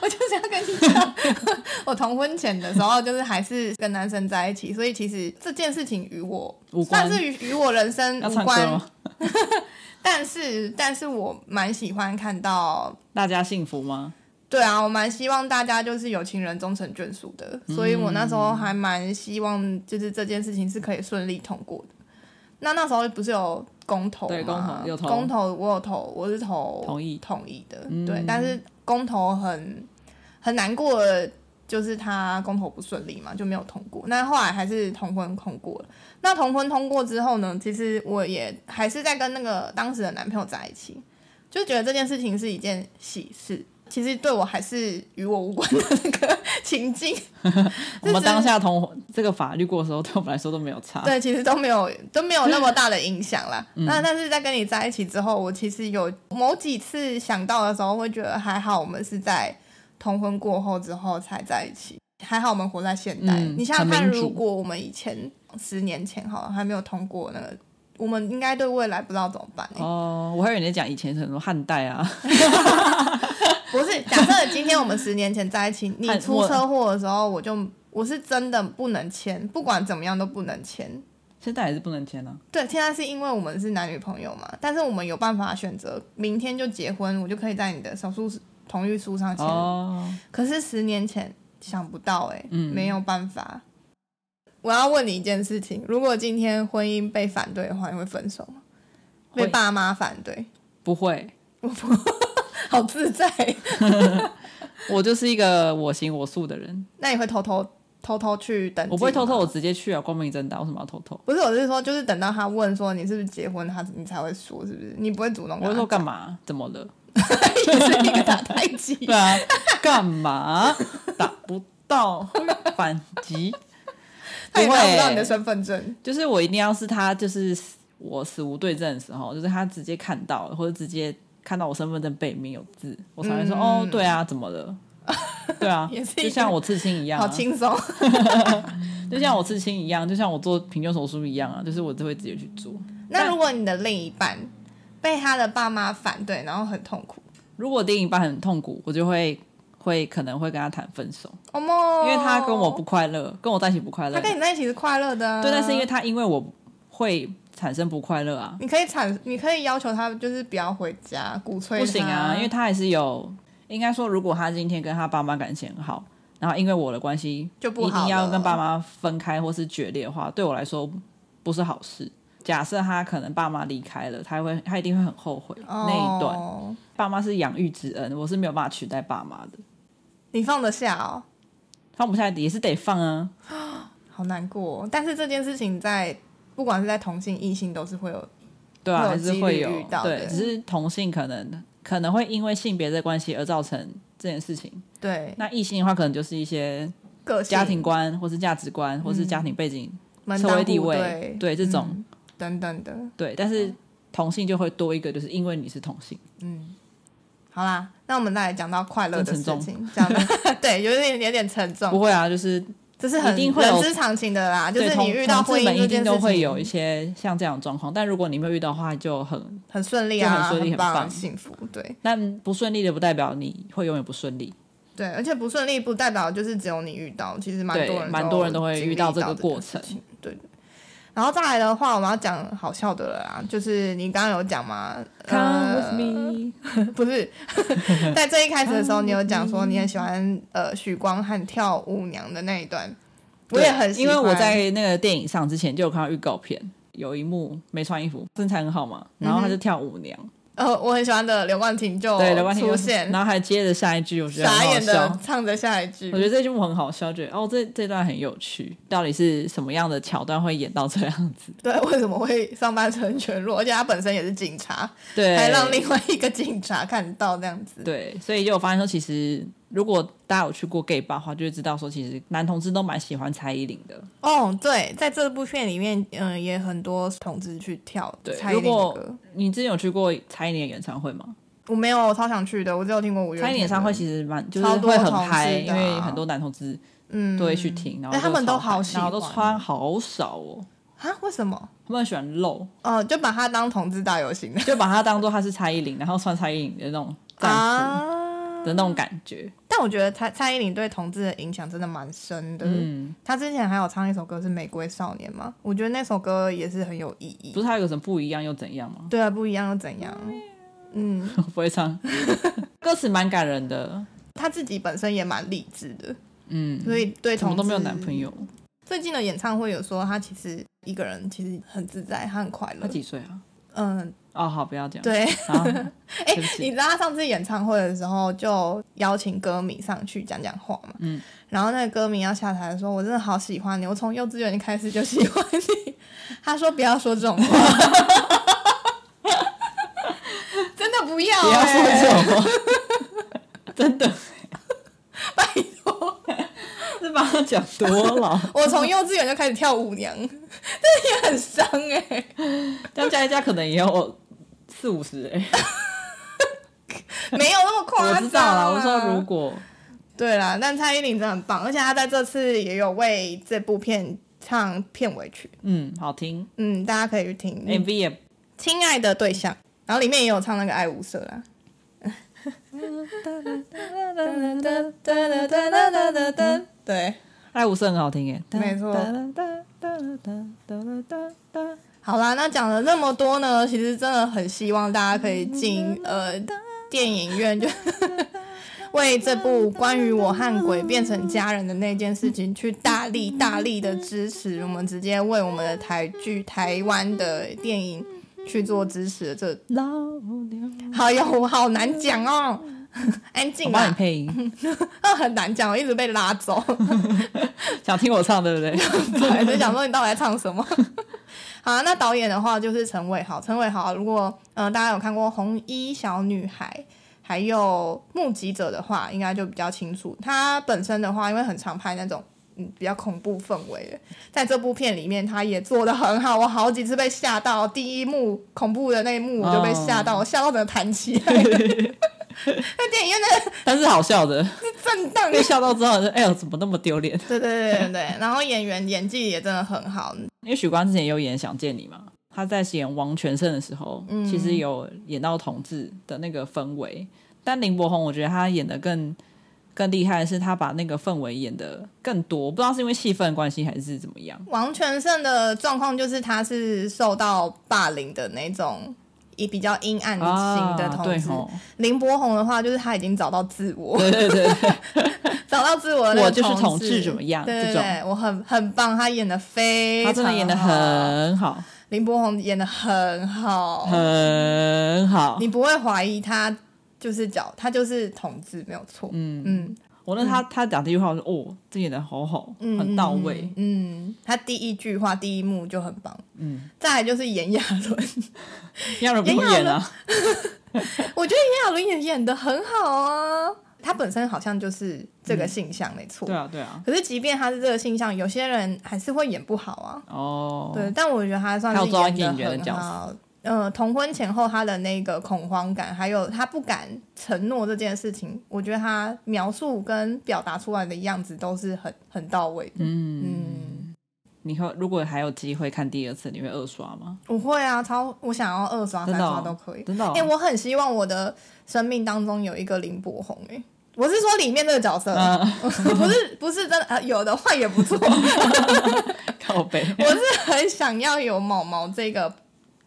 [SPEAKER 2] 我就是要跟你讲， (laughs) 我同婚前的时候就是还是跟男生在一起，所以其实这件事情与我
[SPEAKER 1] 无关
[SPEAKER 2] 算是与与我人生
[SPEAKER 1] 要
[SPEAKER 2] 无
[SPEAKER 1] 唱歌
[SPEAKER 2] 关，
[SPEAKER 1] 吗？
[SPEAKER 2] 但是但是我蛮喜欢看到
[SPEAKER 1] 大家幸福吗？
[SPEAKER 2] 对啊，我蛮希望大家就是有情人终成眷属的，所以我那时候还蛮希望就是这件事情是可以顺利通过的。那那时候不是有公投吗
[SPEAKER 1] 对公投有投
[SPEAKER 2] 公投我有投，我是投
[SPEAKER 1] 同意嗯
[SPEAKER 2] 同意的，对。但是公投很很难过的就是他公投不顺利嘛，就没有通过。那后来还是同婚通过了。那同婚通过之后呢，其实我也还是在跟那个当时的男朋友在一起，就觉得这件事情是一件喜事。其实对我还是与我无关的那个 (laughs) 情境，
[SPEAKER 1] 我们当下同这个法律过的时候，对我们来说都没有差。
[SPEAKER 2] 对，其实都没有都没有那么大的影
[SPEAKER 1] (laughs)
[SPEAKER 2] 响啦。
[SPEAKER 1] 嗯
[SPEAKER 2] 那但是在跟你在一起之后，我其实有某几次想到的时候，会觉得还好，我们是在同婚过后之后才在一起，还好我们活在现代。
[SPEAKER 1] 嗯
[SPEAKER 2] 你想想
[SPEAKER 1] 很
[SPEAKER 2] 看，
[SPEAKER 1] 民主
[SPEAKER 2] 如果我们以前十年前好了还没有通过那个，我们应该对未来不知道怎么办、欸。
[SPEAKER 1] 哦，我还以为你在讲以前什么汉代啊，
[SPEAKER 2] 不是，假设今天我们十年前在
[SPEAKER 1] (laughs)
[SPEAKER 2] 一起，你
[SPEAKER 1] 很
[SPEAKER 2] 出车祸的时候，我就我是真的不能签，不管怎么样都不能签。
[SPEAKER 1] 现在还是不能签啊。
[SPEAKER 2] 对，现在是因为我们是男女朋友嘛，但是我们有办法选择明天就结婚，我就可以在你的手术同意书上签。
[SPEAKER 1] 哦，
[SPEAKER 2] 可是十年前想不到哎、
[SPEAKER 1] 嗯
[SPEAKER 2] 没有办法。我要问你一件事情：如果今天婚姻被反对的话，你会分手吗？
[SPEAKER 1] 会
[SPEAKER 2] 被爸妈反
[SPEAKER 1] (laughs)
[SPEAKER 2] 对，
[SPEAKER 1] 不会，
[SPEAKER 2] 好自在。
[SPEAKER 1] 我就是一个我行我素的
[SPEAKER 2] (laughs)
[SPEAKER 1] 人，
[SPEAKER 2] (laughs) 那你会偷偷偷偷去登？
[SPEAKER 1] 我不会偷偷，我。直接去啊，光明正大，为什么要偷偷？
[SPEAKER 2] 不是，我是说，就是等到他问说你是不是结婚，他你才会说，是不是？你不会主动
[SPEAKER 1] 我会
[SPEAKER 2] 跟他讲。
[SPEAKER 1] 说干嘛？怎么了？
[SPEAKER 2] 也 (laughs) 是一个打太极。
[SPEAKER 1] 对啊，干嘛？打不到反击，
[SPEAKER 2] 他
[SPEAKER 1] (laughs)
[SPEAKER 2] 也
[SPEAKER 1] 不
[SPEAKER 2] 拿不到你的
[SPEAKER 1] 会。欸
[SPEAKER 2] 身份证。
[SPEAKER 1] 就是我一定要是他，就是死我死无对证的时候，就是他直接看到或者直接看到我身份证背面有字，我才会说、哦，对啊，怎么了？对啊
[SPEAKER 2] 嗯 (laughs) 也是，一个
[SPEAKER 1] 就像我刺青一样、
[SPEAKER 2] 好
[SPEAKER 1] 啊，(laughs)
[SPEAKER 2] 轻松，
[SPEAKER 1] 就像我刺青一样，就像我做平胸手术一样啊，就是我就会直接去做。
[SPEAKER 2] 那如果你的另一半被他的爸妈反对，然后很痛苦，
[SPEAKER 1] 如果另一半很痛苦，我就会会可能会跟他谈分手，
[SPEAKER 2] 哦莫，
[SPEAKER 1] 因为他跟我不，快乐，跟我在一起不快乐。
[SPEAKER 2] 哦他跟你在一起是快乐的啊、
[SPEAKER 1] 对，但是因为他因为我会产生不快乐啊，
[SPEAKER 2] 你可以产，你可以要求他就是不要回家，鼓吹
[SPEAKER 1] 不行啊，因为
[SPEAKER 2] 他
[SPEAKER 1] 他还是有，应该说，如果他今天跟他爸妈感情很好，然后因为我的关系
[SPEAKER 2] 就不
[SPEAKER 1] 一
[SPEAKER 2] 好
[SPEAKER 1] 定要
[SPEAKER 2] 了
[SPEAKER 1] 跟爸妈分开或是决裂的话，对我来说不是好事。假设他可能爸妈离开了，他会他一定会很后悔、那一段。
[SPEAKER 2] 哦
[SPEAKER 1] 爸妈是养育之恩，我是没有办法取代爸妈的。
[SPEAKER 2] 你放得下哦，
[SPEAKER 1] 放不下也是得放啊，
[SPEAKER 2] 好难过、哦。但是这件事情在不管是在同性异性都是会有，
[SPEAKER 1] 对啊，
[SPEAKER 2] 会有
[SPEAKER 1] 还是
[SPEAKER 2] 几
[SPEAKER 1] 会
[SPEAKER 2] 率
[SPEAKER 1] 有
[SPEAKER 2] 遇到
[SPEAKER 1] 对
[SPEAKER 2] 的，
[SPEAKER 1] 只是同性可能可能会因为性别的关系而造成这件事情。
[SPEAKER 2] 对
[SPEAKER 1] 那异性的话，可能就是一些
[SPEAKER 2] 个性
[SPEAKER 1] 家庭观，或是价值观，或是
[SPEAKER 2] 嗯
[SPEAKER 1] 家庭背景、
[SPEAKER 2] 门
[SPEAKER 1] 社
[SPEAKER 2] 当
[SPEAKER 1] 会地
[SPEAKER 2] 户
[SPEAKER 1] 位，
[SPEAKER 2] 对
[SPEAKER 1] 对这种
[SPEAKER 2] 嗯等等的，
[SPEAKER 1] 对。但是同性就会多一个，就是因为你是同性，
[SPEAKER 2] 好啦，那我们再来讲到快乐的
[SPEAKER 1] 真
[SPEAKER 2] 事
[SPEAKER 1] 沉重
[SPEAKER 2] 情，讲的 (laughs) 对，有点有点沉重
[SPEAKER 1] 不，会啊，就是
[SPEAKER 2] 这是很
[SPEAKER 1] 一定会有
[SPEAKER 2] 人之常情的啦。就
[SPEAKER 1] 对
[SPEAKER 2] 是
[SPEAKER 1] 同
[SPEAKER 2] 你遇到
[SPEAKER 1] 同志
[SPEAKER 2] 婚姻
[SPEAKER 1] 们
[SPEAKER 2] 这
[SPEAKER 1] 一
[SPEAKER 2] 件
[SPEAKER 1] 定都
[SPEAKER 2] 事情，
[SPEAKER 1] 会有一些像这样的状况，但如果你没有遇到的话，就很
[SPEAKER 2] 很顺利啊，
[SPEAKER 1] 就很顺利
[SPEAKER 2] 很棒，
[SPEAKER 1] 很棒
[SPEAKER 2] 幸福。对
[SPEAKER 1] 但不顺利的不代表你会永远不顺利，
[SPEAKER 2] 对，而且不顺利不代表就是只有你遇到，其实蛮多
[SPEAKER 1] 对，
[SPEAKER 2] 人
[SPEAKER 1] 蛮多人都会
[SPEAKER 2] 经
[SPEAKER 1] 遇
[SPEAKER 2] 历
[SPEAKER 1] 到
[SPEAKER 2] 到
[SPEAKER 1] 这个过
[SPEAKER 2] 事
[SPEAKER 1] 程。
[SPEAKER 2] 情。对，然后再来的话，我们要讲好笑的了啦，就是你刚刚有讲嘛
[SPEAKER 1] Come
[SPEAKER 2] 呃
[SPEAKER 1] with me，
[SPEAKER 2] 不是， (laughs) 在最一开始的时候，你有讲说你很喜欢呃许光汉跳舞娘的那一段，我也很
[SPEAKER 1] 对
[SPEAKER 2] 喜
[SPEAKER 1] 因
[SPEAKER 2] 欢，
[SPEAKER 1] 为我在那个电影上之前就有看到预告片，有一幕没穿衣服，身材很好嘛，然后他
[SPEAKER 2] 嗯
[SPEAKER 1] 就跳舞娘，
[SPEAKER 2] 呃我很喜欢的刘冠廷就
[SPEAKER 1] 对，刘冠廷
[SPEAKER 2] 哦出
[SPEAKER 1] 就
[SPEAKER 2] 现
[SPEAKER 1] 然后还接着下一句，我觉得
[SPEAKER 2] 傻
[SPEAKER 1] 很好
[SPEAKER 2] 眼的
[SPEAKER 1] 笑。
[SPEAKER 2] 唱着下一句
[SPEAKER 1] 我，觉得这句很好笑，觉得哦，这这段很有趣，到底是什么样的桥段会演到这样子？ (laughs)
[SPEAKER 2] (laughs) 对，为什么会上半身全裸？而且他本身也是警察，
[SPEAKER 1] 对，
[SPEAKER 2] 还让另外一个警察看到这样子。
[SPEAKER 1] 对，所以就有发现说，其实如果大家有去过 gay bar 的话，就会知道说，其实男同志都蛮喜欢蔡依林的。
[SPEAKER 2] 哦，对，在这部片里面，嗯、也很多同志去跳
[SPEAKER 1] 对
[SPEAKER 2] 蔡依
[SPEAKER 1] 如
[SPEAKER 2] 林的
[SPEAKER 1] 果
[SPEAKER 2] 歌。
[SPEAKER 1] 你之前有去过蔡依林的演唱会吗？
[SPEAKER 2] 我没有，我超想去的，我只有听过五月天
[SPEAKER 1] 参
[SPEAKER 2] 的
[SPEAKER 1] 演唱会，其实蛮就是
[SPEAKER 2] 超多
[SPEAKER 1] 会很
[SPEAKER 2] 同志
[SPEAKER 1] 嗨，
[SPEAKER 2] 的
[SPEAKER 1] 因
[SPEAKER 2] 啊
[SPEAKER 1] 为很多男同志
[SPEAKER 2] 嗯，
[SPEAKER 1] 都会去听，然后
[SPEAKER 2] 哎他
[SPEAKER 1] 就
[SPEAKER 2] 们都
[SPEAKER 1] 超嗨
[SPEAKER 2] 好喜
[SPEAKER 1] 然后都
[SPEAKER 2] 欢
[SPEAKER 1] 穿好少哦，
[SPEAKER 2] 啊？为什么？
[SPEAKER 1] 他们很喜欢露，
[SPEAKER 2] 哦，就把它当同志大游行的
[SPEAKER 1] 就把它当做他是蔡依林，然后穿蔡依林的那种 (laughs) 战
[SPEAKER 2] 啊
[SPEAKER 1] 服的那种感觉，
[SPEAKER 2] 但我觉得蔡蔡依林对同志的影响真的蛮深的。
[SPEAKER 1] 嗯，
[SPEAKER 2] 她之前还有唱一首歌是《玫瑰少年》嘛，我觉得那首歌也是很有意义
[SPEAKER 1] 不。是他有什么不一样又怎样吗？
[SPEAKER 2] 对啊，不一样又怎样？嗯，
[SPEAKER 1] 我 (laughs) 不会唱，歌词蛮感人的，
[SPEAKER 2] 她自己本身也蛮励志的，
[SPEAKER 1] 嗯，
[SPEAKER 2] 所以对
[SPEAKER 1] 怎
[SPEAKER 2] 同
[SPEAKER 1] 么
[SPEAKER 2] 志
[SPEAKER 1] 都没有男朋。友，
[SPEAKER 2] 最近的演唱会有说她其实一个人其实很自在，她很快
[SPEAKER 1] 他
[SPEAKER 2] 乐。
[SPEAKER 1] 几岁啊？
[SPEAKER 2] 嗯，
[SPEAKER 1] 哦，好，不要讲， (laughs)
[SPEAKER 2] 对。
[SPEAKER 1] 啊，
[SPEAKER 2] 哎、
[SPEAKER 1] 对不起
[SPEAKER 2] 你知道他上次演唱会的时候就邀请歌迷上去讲讲话嘛？
[SPEAKER 1] 嗯，
[SPEAKER 2] 然后那个歌迷要下台说：“我真的好喜欢你，我从幼稚园开始就喜欢你。”他说：“不要说这种话， (laughs) 真的不要、欸，
[SPEAKER 1] 不要说这种话， (laughs) 真的
[SPEAKER 2] 拜托，
[SPEAKER 1] 是帮他讲多了。 (laughs)
[SPEAKER 2] 我从幼稚园就开始跳舞娘， (laughs) 这也很伤哎、
[SPEAKER 1] 这样加一加可能也有四五十哎、
[SPEAKER 2] (laughs) 没有那么夸
[SPEAKER 1] 我
[SPEAKER 2] 张、啊。
[SPEAKER 1] 知道啦，我说如果
[SPEAKER 2] 对啦，但蔡依林真的很棒，而且她在这次也有为这部片唱片尾曲，
[SPEAKER 1] 嗯好听、
[SPEAKER 2] 嗯，大家可以去听。
[SPEAKER 1] m v (laughs) 也
[SPEAKER 2] 亲爱的对象，然后里面也有唱那个爱无色啦。
[SPEAKER 1] 嗯
[SPEAKER 2] 嗯对，
[SPEAKER 1] 爱无声很好听哎、
[SPEAKER 2] 没错
[SPEAKER 1] 错。
[SPEAKER 2] 好啦，那讲了那么多呢，其实真的很希望大家可以进呃电影院，就为这部关于我和鬼变成家人的那件事情去大力大力的支持。我们直接为我们的台剧、台湾的电影去做支持的这。
[SPEAKER 1] 老牛，
[SPEAKER 2] 好哟，我好难讲哦，安
[SPEAKER 1] 我
[SPEAKER 2] 静
[SPEAKER 1] 帮你
[SPEAKER 2] 啦。
[SPEAKER 1] 配音， (laughs)
[SPEAKER 2] 那 (laughs) 很难讲，我一直被拉走，
[SPEAKER 1] 想听我唱对不 (laughs) 对？
[SPEAKER 2] (laughs) 对，就想说你到底在唱什么。 (laughs) 好、啊，那导演的话就是陈伟豪。陈伟豪，如果呃大家有看过《红衣小女孩》还有《目击者》的话，应该就比较清楚。他本身的话，因为很常拍那种嗯比较恐怖氛围的，在这部片里面他也做的很好。我好几次被吓到，第一幕恐怖的那一幕我就被吓到，我吓到整个弹起来。 (laughs) 那电影院那个
[SPEAKER 1] 但是好笑的，
[SPEAKER 2] (laughs) 震荡
[SPEAKER 1] 被笑到之后就哎呦怎么那么丢脸？
[SPEAKER 2] 对对对对对，然后演员演技也真的很好，
[SPEAKER 1] 因为许光之前有演《想见你》嘛，他在演王全胜的时候，
[SPEAKER 2] 嗯
[SPEAKER 1] 其实有演到同志的那个氛围。但林柏宏，我觉得他演的更更厉害的是，他把那个氛围演的更多，不知道是因为戏份的关系还是怎么样。
[SPEAKER 2] 王全胜的状况就是他是受到霸凌的那种，以比较阴暗型嗯的
[SPEAKER 1] 啊
[SPEAKER 2] 同
[SPEAKER 1] 对
[SPEAKER 2] 志。
[SPEAKER 1] 吼，
[SPEAKER 2] 林柏宏的话就是他已经找到自我，
[SPEAKER 1] 对对对，
[SPEAKER 2] (laughs) 找到自我的那个
[SPEAKER 1] 我就是
[SPEAKER 2] 同
[SPEAKER 1] 同志怎么样
[SPEAKER 2] 对对
[SPEAKER 1] 这
[SPEAKER 2] 对，我很很棒，他演的非
[SPEAKER 1] 他真
[SPEAKER 2] 常
[SPEAKER 1] 的演的
[SPEAKER 2] 好
[SPEAKER 1] 很好，
[SPEAKER 2] 林柏宏演的很好，
[SPEAKER 1] 很好
[SPEAKER 2] 你。不会怀疑他就是角，他就是同志没有错。嗯嗯
[SPEAKER 1] 我那他他讲第一句话，我说哦，这演的好好，
[SPEAKER 2] 嗯，
[SPEAKER 1] 很到位。
[SPEAKER 2] 嗯。嗯，他第一句话第一幕就很棒。
[SPEAKER 1] 嗯，
[SPEAKER 2] 再来就是炎亚纶，嗯
[SPEAKER 1] 亚伦不会演
[SPEAKER 2] 哎
[SPEAKER 1] 啊，
[SPEAKER 2] 我觉得炎亚纶也演的很好啊，他本身好像就是这个性向，没错。
[SPEAKER 1] 对啊对啊，
[SPEAKER 2] 可是即便他是这个性向，有些人还是会演不好啊。
[SPEAKER 1] 哦，
[SPEAKER 2] 对，但我觉得他算
[SPEAKER 1] 他有
[SPEAKER 2] 是
[SPEAKER 1] 抓
[SPEAKER 2] 演
[SPEAKER 1] 演员的
[SPEAKER 2] 的
[SPEAKER 1] 角
[SPEAKER 2] 很好。呃，同婚前后他的那个恐慌感，还有他不敢承诺这件事情，我觉得他描述跟表达出来的样子都是很很到位的。嗯
[SPEAKER 1] 你会如果还有机会看第二次，你会二刷吗？
[SPEAKER 2] 我会啊，超我想要二刷、
[SPEAKER 1] 真
[SPEAKER 2] 三
[SPEAKER 1] 的哦
[SPEAKER 2] 刷都可以。
[SPEAKER 1] 真的哦、
[SPEAKER 2] 哎、我很希望我的生命当中有一个林柏宏、哎，我是说里面那个角色，
[SPEAKER 1] 嗯
[SPEAKER 2] (laughs) 不是不是真的，呃有的话也不错。我
[SPEAKER 1] (laughs) 靠背，
[SPEAKER 2] 是很想要有毛毛这个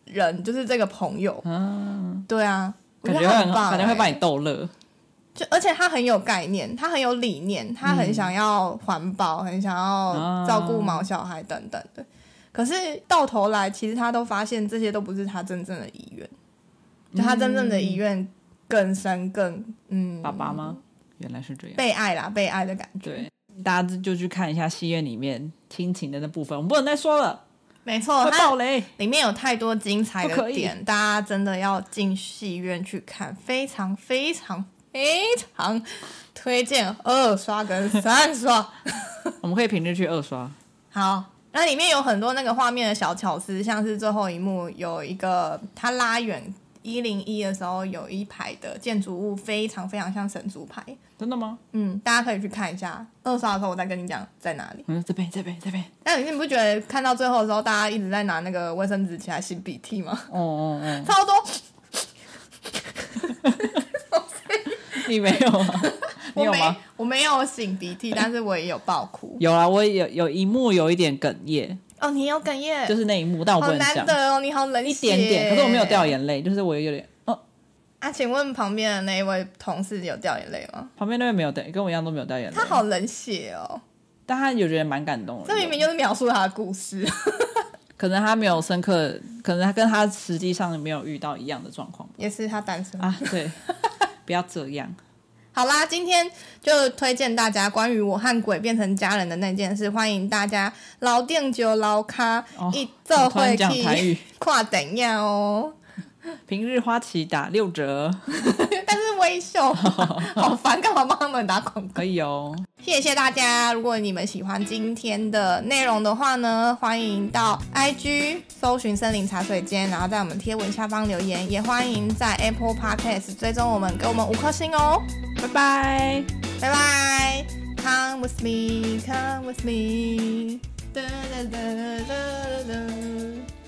[SPEAKER 2] 人，就是这个朋友。
[SPEAKER 1] 嗯，
[SPEAKER 2] 对啊，我
[SPEAKER 1] 感
[SPEAKER 2] 觉
[SPEAKER 1] 觉会
[SPEAKER 2] 得他
[SPEAKER 1] 很
[SPEAKER 2] 很棒、
[SPEAKER 1] 好，感觉会
[SPEAKER 2] 哎
[SPEAKER 1] 把你逗乐。
[SPEAKER 2] 就而且他很有概念，他很有理念，他
[SPEAKER 1] 嗯
[SPEAKER 2] 很想要环保，很想要照顾毛小孩等等的。可是到头来，其实他都发现这些都不是他真正的意愿，就他真正的意愿更深更嗯，
[SPEAKER 1] 爸爸吗？原来是这样。
[SPEAKER 2] 被爱啦，被爱的感觉。
[SPEAKER 1] 对，大家就去看一下戏院里面亲情的那部分，我们不能再说了，
[SPEAKER 2] 没错，
[SPEAKER 1] 会
[SPEAKER 2] 它
[SPEAKER 1] 爆雷。
[SPEAKER 2] 里面有太多精彩
[SPEAKER 1] 不可
[SPEAKER 2] 的
[SPEAKER 1] 以
[SPEAKER 2] 点，大家真的要进戏院去看，非常非常非常推荐二刷跟三刷。
[SPEAKER 1] 我们可以平日去二刷。
[SPEAKER 2] 好，那里面有很多那个画面的小巧思，像是最后一幕有一个他拉远一零一的时候有一排的建筑物非常非常像神主牌，
[SPEAKER 1] 真的吗？
[SPEAKER 2] 嗯，大家可以去看一下。二刷的时候我再跟你讲在哪里。
[SPEAKER 1] 嗯，这边这边这边，
[SPEAKER 2] 但你不觉得看到最后的时候，大家一直在拿那个卫生纸起来擤鼻涕吗？ (laughs)
[SPEAKER 1] 哦哦哦，
[SPEAKER 2] 超多，
[SPEAKER 1] 你没有吗？你
[SPEAKER 2] (laughs) 我
[SPEAKER 1] 有
[SPEAKER 2] 没
[SPEAKER 1] 吗？
[SPEAKER 2] 我没有擤鼻涕，但是我也有爆哭。
[SPEAKER 1] 有啊，我有有一幕有一点哽咽，
[SPEAKER 2] 哦，你有哽咽，
[SPEAKER 1] 就是那一幕，但我不
[SPEAKER 2] 好
[SPEAKER 1] 能
[SPEAKER 2] 难
[SPEAKER 1] 讲，
[SPEAKER 2] 得哦，你好冷
[SPEAKER 1] 一
[SPEAKER 2] 血
[SPEAKER 1] 点点，可是我没有掉眼泪，就是我有点，哦，
[SPEAKER 2] 啊。请问旁边的那一位同事有掉眼泪吗？
[SPEAKER 1] 旁边那位没有掉，跟我一样都没有掉眼泪，
[SPEAKER 2] 他好冷血哦，
[SPEAKER 1] 但他有觉得蛮感动的，
[SPEAKER 2] 这明明就是描述他的故事。 (laughs)
[SPEAKER 1] 可能他没有深刻，可能他跟他实际上没有遇到一样的状况吧
[SPEAKER 2] 也是他单身。
[SPEAKER 1] 啊，对，不要这样，
[SPEAKER 2] 好啦，今天就推荐大家关于我和鬼变成家人的那件事，欢迎大家老店酒老咖
[SPEAKER 1] 哦
[SPEAKER 2] 一这
[SPEAKER 1] 突然
[SPEAKER 2] 会
[SPEAKER 1] 讲台
[SPEAKER 2] 去
[SPEAKER 1] 语
[SPEAKER 2] 跨等样哦， (laughs)
[SPEAKER 1] 平日花旗打六折，
[SPEAKER 2] 但是微
[SPEAKER 1] (laughs)
[SPEAKER 2] 笑好烦，干嘛帮他们打广告？
[SPEAKER 1] 可以哦，
[SPEAKER 2] 谢谢大家！如果你们喜欢今天的内容的话呢，欢迎到 IG 搜寻“森林茶水间”，然后在我们贴文下方留言，也欢迎在 Apple Podcast 追踪我们，给我们五颗星哦！
[SPEAKER 1] 拜拜。
[SPEAKER 2] 拜拜，Come with me，Come with me，哒哒哒哒哒哒。